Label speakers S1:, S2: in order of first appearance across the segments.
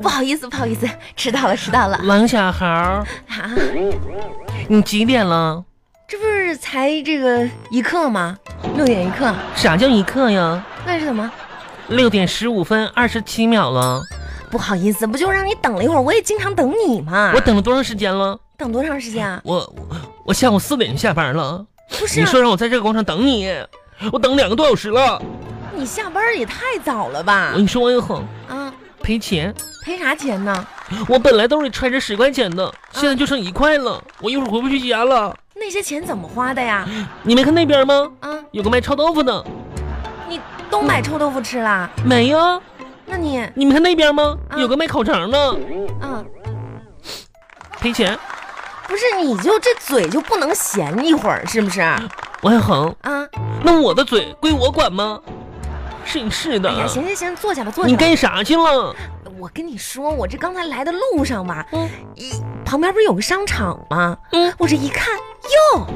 S1: 不好意思，不好意思，迟到了，迟到了
S2: 王小猴儿，
S1: 啊！
S2: 你几点了？
S1: 这不是才这个一刻吗？六点一刻，
S2: 啥叫一刻呀？
S1: 那是怎么？
S2: 六点十五分二十七秒了，
S1: 不好意思，不就让你等了一会儿？我也经常等你嘛。
S2: 我等了多长时间了？
S1: 等多长时间啊？
S2: 我我我下午四点就下班了。
S1: 不是、
S2: 你
S1: 啊，
S2: 说让我在这个广场等你，我等两个多小时了。
S1: 你下班也太早了吧
S2: 我？跟你说，我也很
S1: 啊，
S2: 赔钱。
S1: 赔啥钱呢？
S2: 我本来兜里揣着十块钱的，现在就剩一块了。我一会儿回不去家了。
S1: 那些钱怎么花的呀？
S2: 你没看那边吗？
S1: 啊，
S2: 有个卖臭豆腐的，
S1: 你都买臭豆腐吃啦？
S2: 没呀？
S1: 那你，嗯、
S2: 你没看那边吗？
S1: 啊
S2: 有个卖烤肠的，赔钱。
S1: 不是，你就这嘴就不能闲一会儿，是不是？啊，
S2: 我还横，
S1: 哎
S2: 那我的嘴归我管吗？是你是的，
S1: 哎呀，行行行，坐下吧，坐下
S2: 你
S1: 吧。
S2: 干啥去了？
S1: 我跟你说，我这刚才来的路上吧，
S2: 嗯
S1: 一旁边不是有个商场吗？
S2: 嗯，
S1: 我这一看，哟，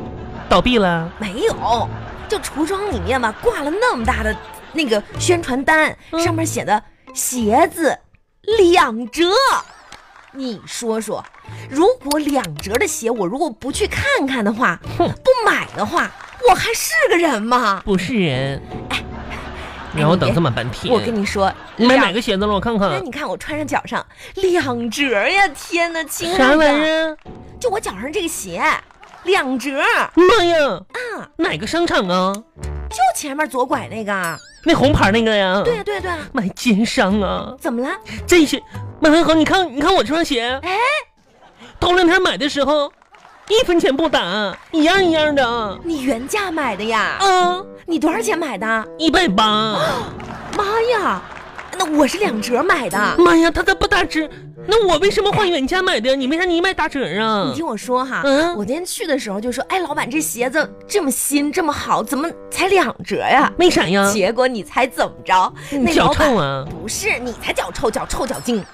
S2: 倒闭了。
S1: 没有，就橱窗里面吧，挂了那么大的那个宣传单，
S2: 嗯
S1: 上面写的鞋子两折。你说说，如果两折的鞋，我如果不去看看的话，
S2: 哼
S1: 不买的话，我还是个人吗？
S2: 不是人，
S1: 哎
S2: 让我
S1: 你别
S2: 等这么半天。
S1: 我跟你说，
S2: 你买
S1: 两
S2: 哪个鞋子了？我看
S1: 那
S2: 看。
S1: 你看我穿上脚上两折呀！天哪，亲爱的，
S2: 啥玩意儿？
S1: 就我脚上这个鞋，两折啊！
S2: 妈呀！
S1: 就
S2: 哪个商场啊？
S1: 前面左拐那个。
S2: 那红牌那个呀？
S1: 对呀、，对啊呀、对呀、
S2: 妈呀，奸商啊！
S1: 怎么了？
S2: 这些，马文恒，你看，你看我这双鞋，哎，头两天买的时候，一分钱不打，一样一样的啊，
S1: 你原价买的呀？你多少钱买的？
S2: 一百八。
S1: 妈呀，那我是两折买的。
S2: 妈呀，他咋不打折？那我为什么花原价买的？你为啥你一买打折啊
S1: 你？听我说哈，
S2: 嗯
S1: 我今天去的时候就说，哎，老板这鞋子这么新这么好，怎么才两折呀？
S2: 为啥呀？
S1: 结果你猜怎么着？
S2: 嗯你
S1: 那
S2: 脚
S1: 老板
S2: 臭啊！
S1: 不是你才脚臭，脚臭脚精。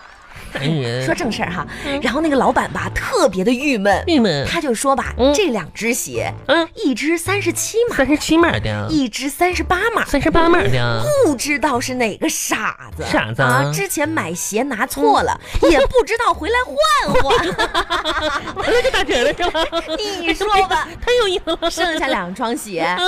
S2: 男人
S1: 哎说正事儿哈，
S2: 嗯
S1: 然后那个老板吧特别的郁闷，
S2: 郁闷。
S1: 他就说吧，
S2: 嗯
S1: 这两只鞋，
S2: 嗯，
S1: 一只三十七码，
S2: 三十七码的，
S1: 一只三十八码，
S2: 三十八码的，
S1: 不知道是哪个傻子，
S2: 傻子
S1: 啊，之前买鞋拿错 了，也不知道回来换换。
S2: 完了就打折了是吧？
S1: 你说 吧，
S2: 太有意思了。
S1: 剩下两双 鞋啊，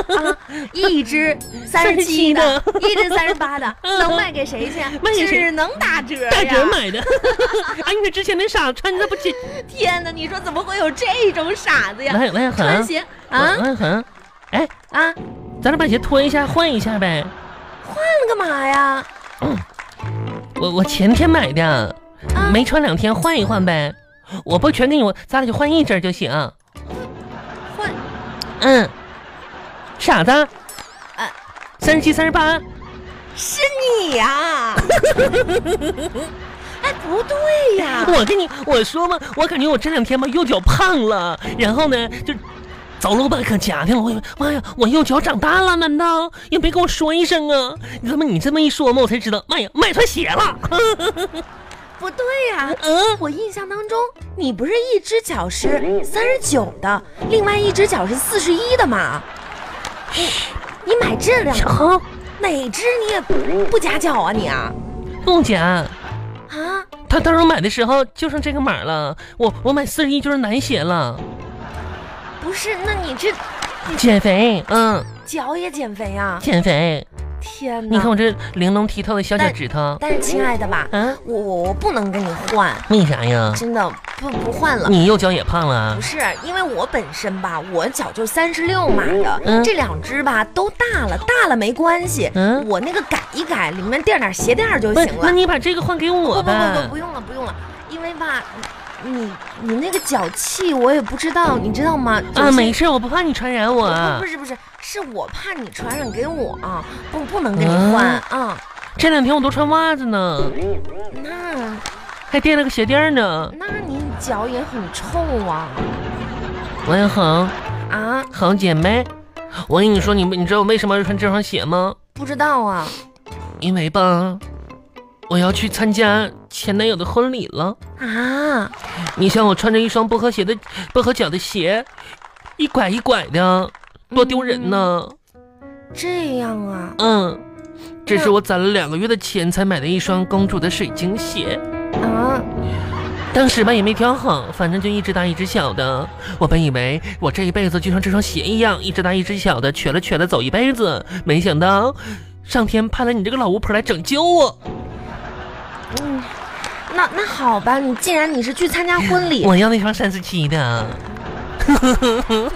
S1: 一只三十七
S2: 37
S1: 的
S2: 的，
S1: 一只三十八 的，能卖给谁去？
S2: 给谁
S1: 只能打折呀！
S2: 打折买的， 哎，你说之前那傻子穿的不紧，
S1: 天哪，你说怎么会有这种傻子哎呀？
S2: 来来
S1: 穿
S2: 恒，
S1: 鞋啊
S2: 来恒，哎，
S1: 啊，
S2: 咱俩把鞋脱一下换一下呗。嗯
S1: 那干嘛呀？
S2: 我我前天买的，
S1: 啊
S2: 没穿两天换一换呗。我不全给你，我咱俩就换一只就行。
S1: 换
S2: 嗯，傻子，
S1: 啊
S2: 三十七、三十八，
S1: 是你 呀？哎，不对 呀，
S2: 我跟你我说嘛，我感觉我这两天吧右脚胖了，然后呢就走路吧可夹挺了。我以为妈呀，我右脚长大了？难道也没跟我说一声啊？你这么你这么一说嘛，我才知道，妈呀，买穿鞋了。
S1: 不对呀。
S2: 嗯，
S1: 我印象当中，你不是一只脚是三十九的，另外一只脚是四十一的吗？你你买这两
S2: 小红
S1: 哪只你也不夹脚啊你啊
S2: 不夹。
S1: 啊！
S2: 他到时候买的时候就剩这个码了，我我买四十一就是男鞋了，
S1: 不是，那你这
S2: 减肥，嗯，
S1: 脚也减肥啊？
S2: 减肥。
S1: 天哪！
S2: 你看我这玲珑剔透的小脚趾头，
S1: 但是亲爱的吧，
S2: 啊，
S1: 我我我不能跟你换，
S2: 为啥呀？
S1: 真的不不换了。
S2: 你右脚也胖了啊
S1: 不，是，因为我本身吧，我脚就三十六码的，
S2: 嗯
S1: 这两只吧都大了，大了没关系，
S2: 嗯
S1: 我那个改一改，里面垫点鞋垫儿就
S2: 不
S1: 行，了
S2: 那。你把这个换给
S1: 不
S2: 我
S1: 不不不，
S2: 呗
S1: 不。用了，不用了，因为吧，你你那个脚气我也不知道，你知道吗？
S2: 啊，没啊
S1: 事。
S2: 事，我不怕你传染我。
S1: 不不是不是，是我怕你传染给我，啊不不能跟你换啊。
S2: 这两天我都穿袜子呢，
S1: 那
S2: 还垫了个鞋垫呢。
S1: 那你脚也很臭啊
S2: 王小恒，
S1: 啊！
S2: 好姐妹，我跟你说，你你知道我为什么要穿这双鞋吗？
S1: 不知道啊，
S2: 因为吧，我要去参加前男友的婚礼了。
S1: 啊，
S2: 你像我穿着一双薄荷鞋的薄荷脚的鞋，一拐一拐的，多丢人呢。
S1: 嗯
S2: 嗯
S1: 这样啊，
S2: 嗯，这是我攒了两个月的钱才买的一双公主的水晶鞋。
S1: 啊，
S2: 当时吧也没挑好，反正就一只大一只小的。我本以为我这一辈子就像这双鞋一样，一只大一只小的，瘸了瘸了走一辈子。没想到，上天派了你这个老巫婆来拯救我。
S1: 那那好吧，你既然你是啊去参加婚礼，
S2: 我要那双三四七的，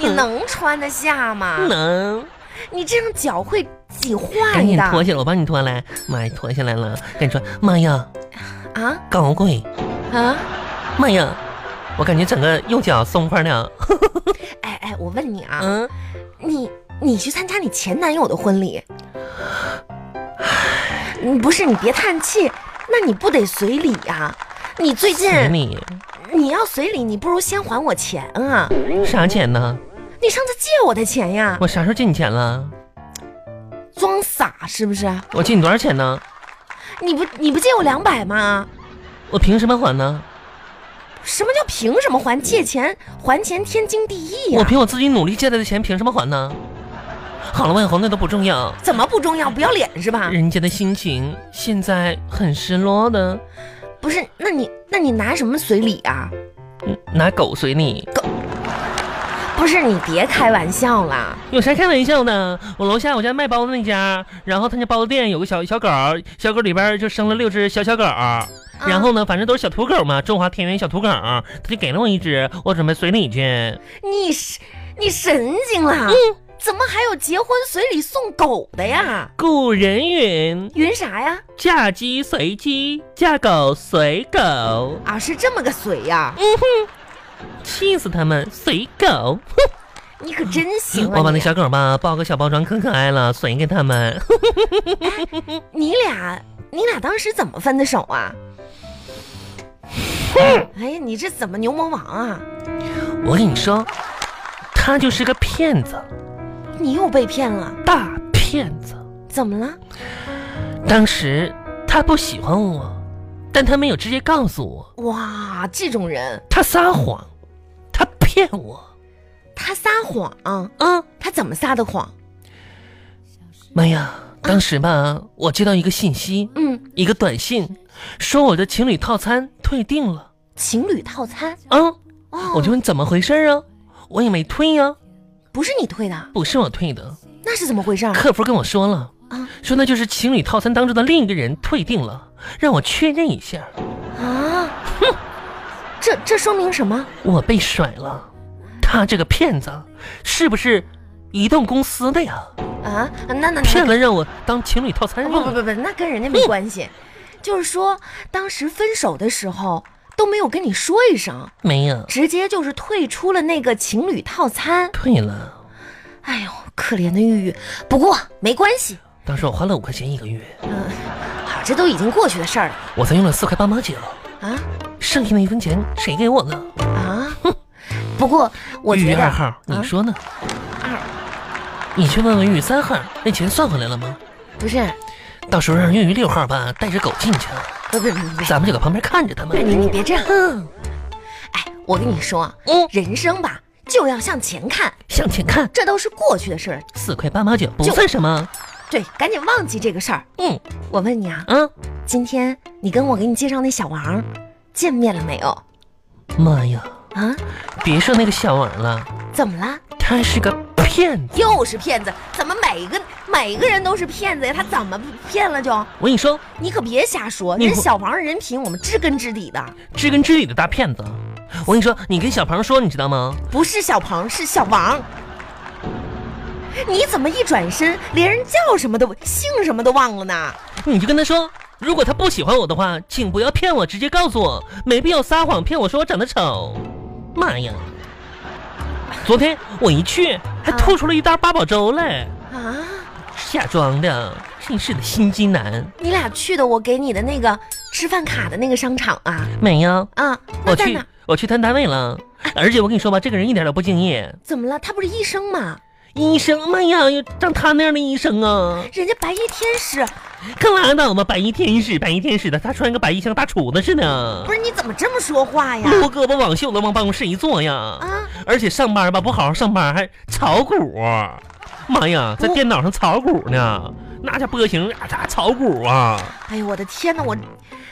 S1: 你能穿得下吗？
S2: 能。
S1: 你这样脚会挤
S2: 嗯赶
S1: 坏
S2: 紧
S1: 的
S2: 脱下来，我帮你脱来。妈呀，脱下来了！赶紧穿。妈呀，
S1: 啊
S2: 高贵！
S1: 啊！
S2: 妈呀，我感觉整个右脚松快了。
S1: 哎哎，我问你啊，
S2: 嗯，
S1: 你你去参加你前男友的婚礼？嗯不是你别叹气，那你不得随礼呀、你最近
S2: 给你
S1: 你要随礼，你不如先还我钱啊！
S2: 啥钱呢？
S1: 你上次借我的钱呀，
S2: 我啥时候借你钱了？
S1: 装傻是不是？
S2: 我借你多少钱呢？
S1: 你不你不借我两百吗？
S2: 我凭什么还呢？
S1: 什么叫凭什么还？借钱还钱天经地义哎呀、
S2: 我凭我自己努力借来的钱，凭什么还呢？好了，万红，那都不重要。
S1: 怎么不重要？不要脸是吧？
S2: 人家的心情现在很失落的，
S1: 不是，那你那你拿什么随礼啊？
S2: 嗯拿狗随你，
S1: 不是你别开玩笑啦！
S2: 有啥开玩笑呢？我楼下我家卖包子那家，然后他家包子店有个小小狗，小狗里边就生了六只小小狗，然后呢，反正都是小土狗嘛，中华田园小土狗，他就给了我一只，我准备随你去。
S1: 你是你神经啦？
S2: 嗯
S1: 怎么还有结婚随礼送狗的呀？
S2: 古人云：
S1: 云啥呀？
S2: 嫁鸡随鸡，嫁狗随狗，
S1: 啊，是这么个随呀？
S2: 嗯气死他们，随狗。
S1: 你可真行啊！
S2: 我把那
S1: 你
S2: 小狗吧抱个小包装，可可爱了，随给他们。
S1: 你俩你俩当时怎么分的手啊？
S2: 嗯
S1: 哎呀，你这怎么牛魔王啊？
S2: 我跟你说，他就是个骗子，
S1: 你又被骗了？
S2: 大骗子。
S1: 怎么了？
S2: 当时他不喜欢我，但他没有直接告诉我，
S1: 哇，这种人
S2: 他撒谎，他骗我。
S1: 他撒谎啊？
S2: 啊，
S1: 他怎么撒的谎？
S2: 妈呀！当时吧，我接到一个信息，
S1: 嗯，
S2: 一个短信，说我的情侣套餐退订了。
S1: 情侣套餐
S2: 啊，我
S1: 哦，
S2: 就问怎么回事啊？我也没退呀、
S1: 不是你退的，
S2: 不是我退的，
S1: 那是怎么回 事儿？
S2: 客服跟我说了
S1: 啊，
S2: 说那就是情侣套餐当中的另一个人退订了，让我确认一下，
S1: 啊，这这说明什么？
S2: 我被甩了。他这个骗子是不是移动公司的呀？
S1: 啊，那那
S2: 骗
S1: 那
S2: 了嗯让我当情侣套餐
S1: 不
S2: 用？
S1: 不不不，那跟人家没关系，就是说当时分手的时候都没有跟你说一声，
S2: 没有，
S1: 直接就是退出了那个情侣套餐。
S2: 退了。
S1: 哎呦，可怜的玉玉，不过没关系，
S2: 当时我花了五块钱一个月，
S1: 嗯，好，这都已经过去的事儿了
S2: 我才用了四块八毛九，
S1: 啊
S2: 剩下那一分钱谁给我呢？
S1: 啊！ 不过我
S2: 玉
S1: 觉
S2: 玉啊
S1: 得
S2: 二号，你说呢？你去问问玉玉三号，那钱算回来了吗？
S1: 不是，
S2: 到时候让玉玉六号吧带着狗进去，啊
S1: 不不不不
S2: 咱们就搁旁边看着他
S1: 不，
S2: 们。
S1: 你你别这样，
S2: 嗯
S1: 哎，我跟你说啊，
S2: 嗯，
S1: 人生吧就要向前看，
S2: 向前看。
S1: 这都是过去的事儿，
S2: 四块八毛九不
S1: 就
S2: 算什么。
S1: 对，赶紧忘记这个事儿。
S2: 嗯
S1: 我问你啊，
S2: 啊，
S1: 今天你跟我给你介绍那小王见面了没有？
S2: 妈呀！
S1: 啊，
S2: 别说那个小王了，
S1: 怎么了？
S2: 他是个骗子。
S1: 又是骗子？怎么每个每个人都是骗子呀？他怎么骗了就？
S2: 我跟你说，
S1: 你可别瞎说，
S2: 你
S1: 人
S2: 不
S1: 小王人品我们知根知底的，
S2: 知根知底的大骗子。啊我跟你说，你跟小鹏说，你知道吗？
S1: 不是小鹏是小王。你怎么一转身连人叫什么都姓什么都忘了呢？
S2: 你就跟他说，如果他不喜欢我的话，请不要骗我，直接告诉我，没必要撒谎骗我说我长得丑。妈呀！昨天我一去，还吐出了一袋八宝粥来，
S1: 啊，
S2: 假装的，真是的心机男。
S1: 你俩去的我给你的那个吃饭卡的那个商场啊
S2: 没呀，
S1: 啊，那
S2: 我
S1: 在哪哎
S2: 去
S1: 儿？，
S2: 我去他单位了，而且我跟你说吧，这个人一点都不敬业。
S1: 怎么了？他不是医生吗？
S2: 医生，妈呀，有像他那样的医生啊，
S1: 人家白衣天使，
S2: 可拉倒吧！白衣天使，白衣天使的，他穿个白衣像大厨子似的
S1: 不，是你怎么这么说话呀？
S2: 撸胳膊往袖子往办公室一坐呀，
S1: 啊，
S2: 而且上班吧不好好上班，还炒股，妈呀，在
S1: 不
S2: 电脑上炒股呢，那家波形啊，咋炒股啊？
S1: 哎呦我的天哪，我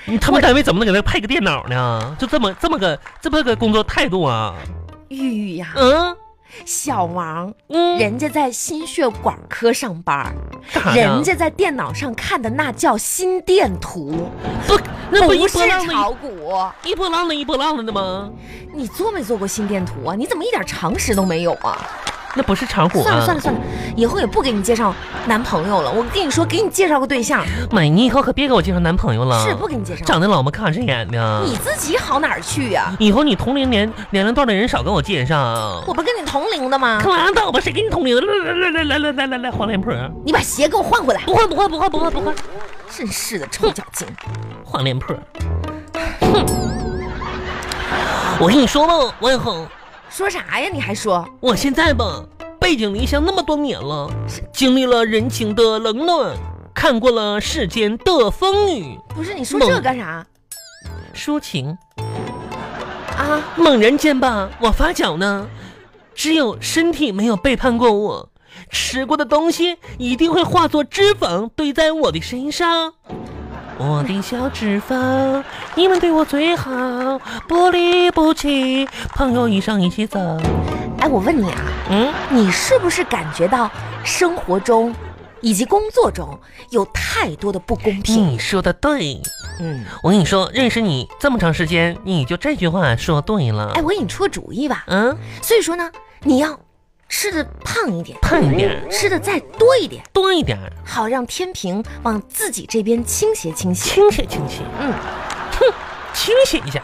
S2: 你他们单位怎么能给他配个电脑呢？就这么这么个这么个工作态度啊？
S1: 玉玉呀，
S2: 嗯
S1: 小王，
S2: 嗯，
S1: 人家在心血管科上班儿，
S2: 干啥呀
S1: 人家在电脑上看的那叫心电图，
S2: 不那不一
S1: 不是
S2: 波浪的
S1: 炒股。
S2: 一波浪的一波浪的吗？
S1: 你做没做过心电图啊？你怎么一点常识都没有啊？
S2: 那不是炒股
S1: 算了
S2: 啊
S1: 算！了算了，以后也不给你介绍男朋友了。我跟你说，给你介绍个对象，
S2: 妈，你以后可别给我介绍男朋友了，
S1: 是不给你介绍。
S2: 长得老么看着眼呢。
S1: 你自己好哪儿去呀、
S2: 以后你同龄年年龄段的人少跟我介绍，
S1: 我不跟你同龄的吗？
S2: 可拉倒吧，谁跟你同龄？来来来来来来来来，黄脸婆，
S1: 你把鞋给我换回来！
S2: 不换不换不换不换不换，
S1: 真是的，臭脚筋！
S2: 黄脸婆，哼！我跟你说吧，王小红，
S1: 说啥呀？你还说
S2: 我现在吧，背井离乡那么多年了，经历了人情的冷暖，看过了世间的风雨，
S1: 不是？你说这
S2: 梦
S1: 干啥
S2: 抒情。
S1: 啊？
S2: 猛然间吧，我发觉呢，只有身体没有背叛过我，吃过的东西一定会化作脂肪堆在我的身上。我的小脂肪，你们对我最好，不离不弃，朋友一生一起走。
S1: 哎，我问你啊，
S2: 嗯，
S1: 你是不是感觉到生活中以及工作中有太多的不公平？
S2: 你说的对，
S1: 嗯，
S2: 我跟你说，认识你这么长时间，你就这句话说对了
S1: 哎，。我给你出个主意吧。
S2: 嗯，
S1: 所以说呢，你要吃的胖一点，
S2: 胖一点，
S1: 吃的再多一点，
S2: 多一点，
S1: 好让天平往自己这边倾斜倾斜。
S2: 清洗清洗，
S1: 嗯，
S2: 哼，清洗一下。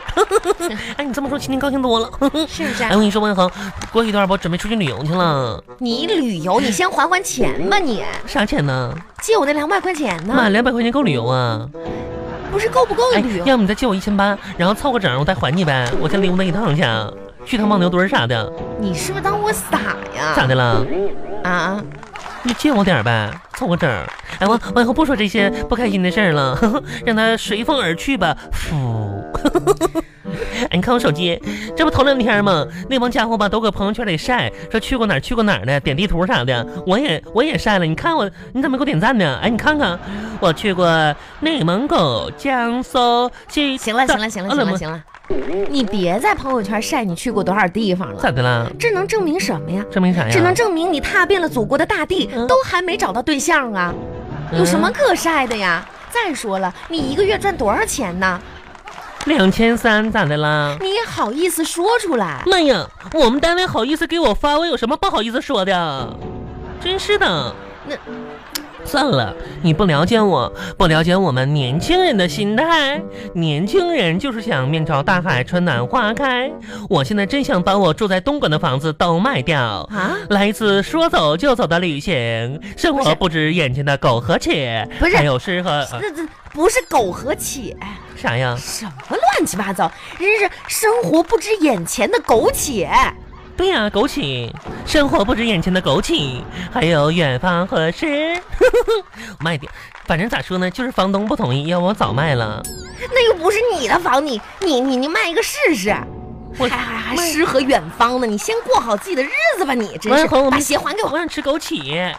S2: 哎，你这么说，今天高兴多了。
S1: 是不是啊
S2: 哎，我？跟你说，文恒，过一段吧我准备出去旅游去了，
S1: 你旅游，你先还还钱吧你，
S2: 啥钱呢？
S1: 借我那两百块钱
S2: 妈，
S1: 呢，
S2: 两百块钱够旅游啊！
S1: 不是够不够
S2: 哎，
S1: 旅游？
S2: 要不你再借我一千八，然后凑个整，我再还你呗。我先溜达一趟去，啊去趟牦牛墩儿啥的，
S1: 你是不是当我傻呀？
S2: 咋的了？
S1: 啊？
S2: 你借我点儿呗，凑个整。哎，我我以后不说这些不开心的事儿了， 呵呵让它随风而去吧。呼。 哎，你看我手机，这不头两天嘛，那帮家伙吧都搁朋友圈里晒，说去过哪儿去过哪儿的，点地图啥的。我也我也晒了，你看我，你怎么没给我点赞呢？哎，你看看，我去过内蒙古、江苏、西藏。
S1: 行了行了行了行
S2: 啊
S1: 了，行了，你别在朋友圈晒你去过多少地方
S2: 咋
S1: 了，
S2: 的了？
S1: 这能证明什么呀？
S2: 证明啥呀？
S1: 只能证明你踏遍了祖国的大地，
S2: 嗯
S1: 都还没找到对象啊，有什么可晒的呀？再说了，你一个月赚多少钱呢？
S2: 两千三咋的啦？
S1: 你也好意思说出来？
S2: 妈呀！我们单位好意思给我发，我有什么不好意思说的？真是的。
S1: 那
S2: 算了，你不了解我，不了解我们年轻人的心态。年轻人就是想面朝大海，春暖花开。我现在真想把我住在东莞的房子都卖掉。
S1: 啊，
S2: 来一次说走就走的旅行，生
S1: 不
S2: 活
S1: 是
S2: 不止眼前的苟和且，
S1: 不是
S2: 还有诗和、啊
S1: 这这不是苟和且，
S2: 啥呀？
S1: 什么乱七八糟？真是生活不止眼前的苟且。
S2: 对呀、枸杞，生活不止眼前的枸杞，还有远方和诗。 卖点，反正咋说呢，就是房东不同意，要不我早卖了。
S1: 那又不是你的房，你你你你卖一个试试？
S2: 我
S1: 还还还
S2: 卖
S1: 诗和远方呢？你先过好自己的日子吧你，真
S2: 王
S1: 是
S2: 小红我
S1: 把
S2: 们
S1: 鞋还给我。
S2: 我想吃枸杞，